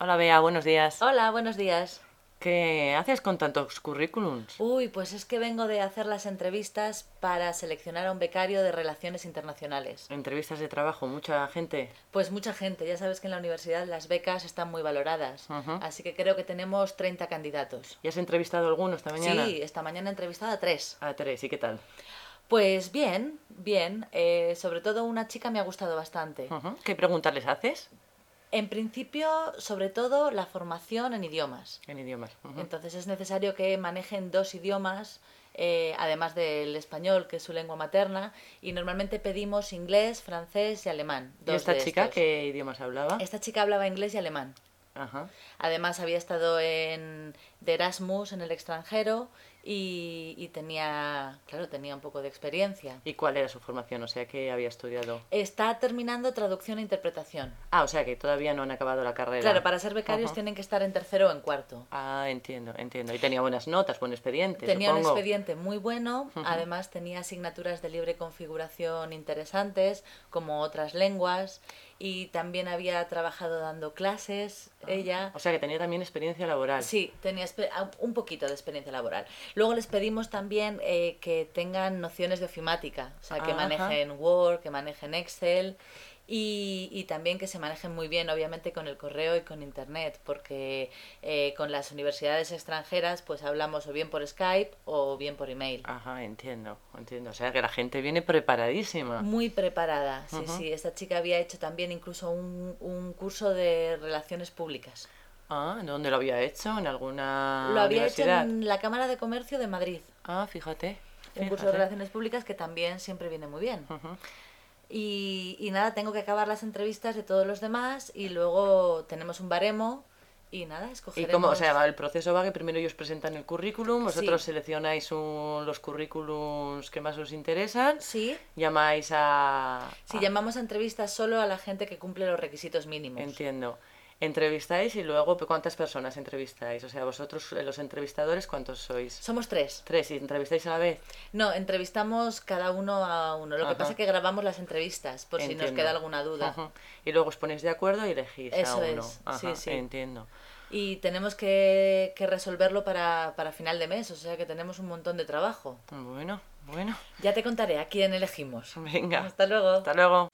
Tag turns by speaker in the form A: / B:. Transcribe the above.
A: Hola Bea, buenos días.
B: Hola, buenos días.
A: ¿Qué haces con tantos currículums?
B: Uy, pues es que vengo de hacer las entrevistas para seleccionar a un becario de relaciones internacionales.
A: Entrevistas de trabajo, mucha gente.
B: Pues mucha gente, ya sabes que en la universidad las becas están muy valoradas,
A: Ujú.
B: así que creo que tenemos 30 candidatos.
A: ¿Y has entrevistado alguno esta mañana?
B: Sí, esta mañana he entrevistado a tres.
A: A tres, ¿y qué tal?
B: Pues bien, bien, eh, sobre todo una chica me ha gustado bastante.
A: Ujú. ¿Qué preguntas les haces?
B: En principio, sobre todo la formación en idiomas.
A: En idiomas. Ujú.
B: Entonces es necesario que manejen dos idiomas, eh, además del español, que es su lengua materna, y normalmente pedimos inglés, francés y alemán.
A: ¿Y
B: dos
A: esta
B: de
A: chica
B: estos.
A: qué idiomas hablaba?
B: Esta chica hablaba inglés y alemán.
A: Ajá.
B: Además había estado en, de Erasmus en el extranjero y, y tenía, claro, tenía un poco de experiencia.
A: ¿Y cuál era su formación? O sea, ¿qué había estudiado?
B: Está terminando traducción e interpretación.
A: Ah, o sea, que todavía no han acabado la carrera.
B: Claro, para ser becarios
A: Ujú.
B: tienen que estar en tercero o en cuarto.
A: Ah, entiendo, entiendo. Y tenía buenas notas, buen expediente,
B: Tenía un
A: supongo.
B: expediente muy bueno, además tenía asignaturas de libre configuración interesantes, como otras lenguas, y también había trabajado dando clases
A: Ah.
B: ella.
A: O sea, que tenía también experiencia laboral.
B: Sí, tenía espe- a- un poquito de experiencia laboral. Luego les pedimos también eh, que tengan nociones de ofimática, o sea, que
A: Ajá.
B: manejen Word, que manejen Excel y, y también que se manejen muy bien, obviamente, con el correo y con Internet, porque eh, con las universidades extranjeras pues hablamos o bien por Skype o bien por email.
A: Ajá, entiendo, entiendo. O sea, que la gente viene preparadísima.
B: Muy preparada, sí,
A: Ujú.
B: sí. Esta chica había hecho también incluso un, un curso de relaciones públicas.
A: Ah, ¿dónde lo había hecho? ¿En alguna
B: Lo había hecho
A: Ah, universidad?
B: en la Cámara de Comercio de Madrid.
A: Ah, fíjate.
B: un curso
A: fíjate.
B: de relaciones públicas que también siempre viene muy bien.
A: Ujú.
B: Y, y nada, tengo que acabar las entrevistas de todos los demás y luego tenemos un baremo y nada,
A: ¿Y
B: escogeremos...
A: cómo? O sea, el proceso va que primero ellos presentan el currículum, vosotros
B: Pues Sí.
A: seleccionáis un- los currículums que más os interesan,
B: Sí,
A: llamáis a...
B: si
A: a-
B: llamamos a entrevistas solo a la gente que cumple los requisitos mínimos.
A: Entiendo. Entrevistáis y luego ¿pe- cuántas personas entrevistáis. O sea, vosotros, eh, los entrevistadores, ¿cuántos sois?
B: Somos tres.
A: Tres, y entrevistáis a la vez.
B: No, entrevistamos cada uno a uno. Lo que
A: Ajá.
B: pasa es que grabamos las entrevistas por si nos
A: Entiendo.
B: queda alguna duda.
A: Ujú. Y luego os ponéis de acuerdo y elegís a
B: Eso
A: uno.
B: es, sí,
A: Ajá,
B: sí.
A: Entiendo.
B: Y tenemos que, que resolverlo para, para final de mes, o sea que tenemos un montón de trabajo.
A: Bueno, bueno.
B: Ya te contaré a quién elegimos.
A: Venga.
B: Pues Hasta luego.
A: Hasta luego.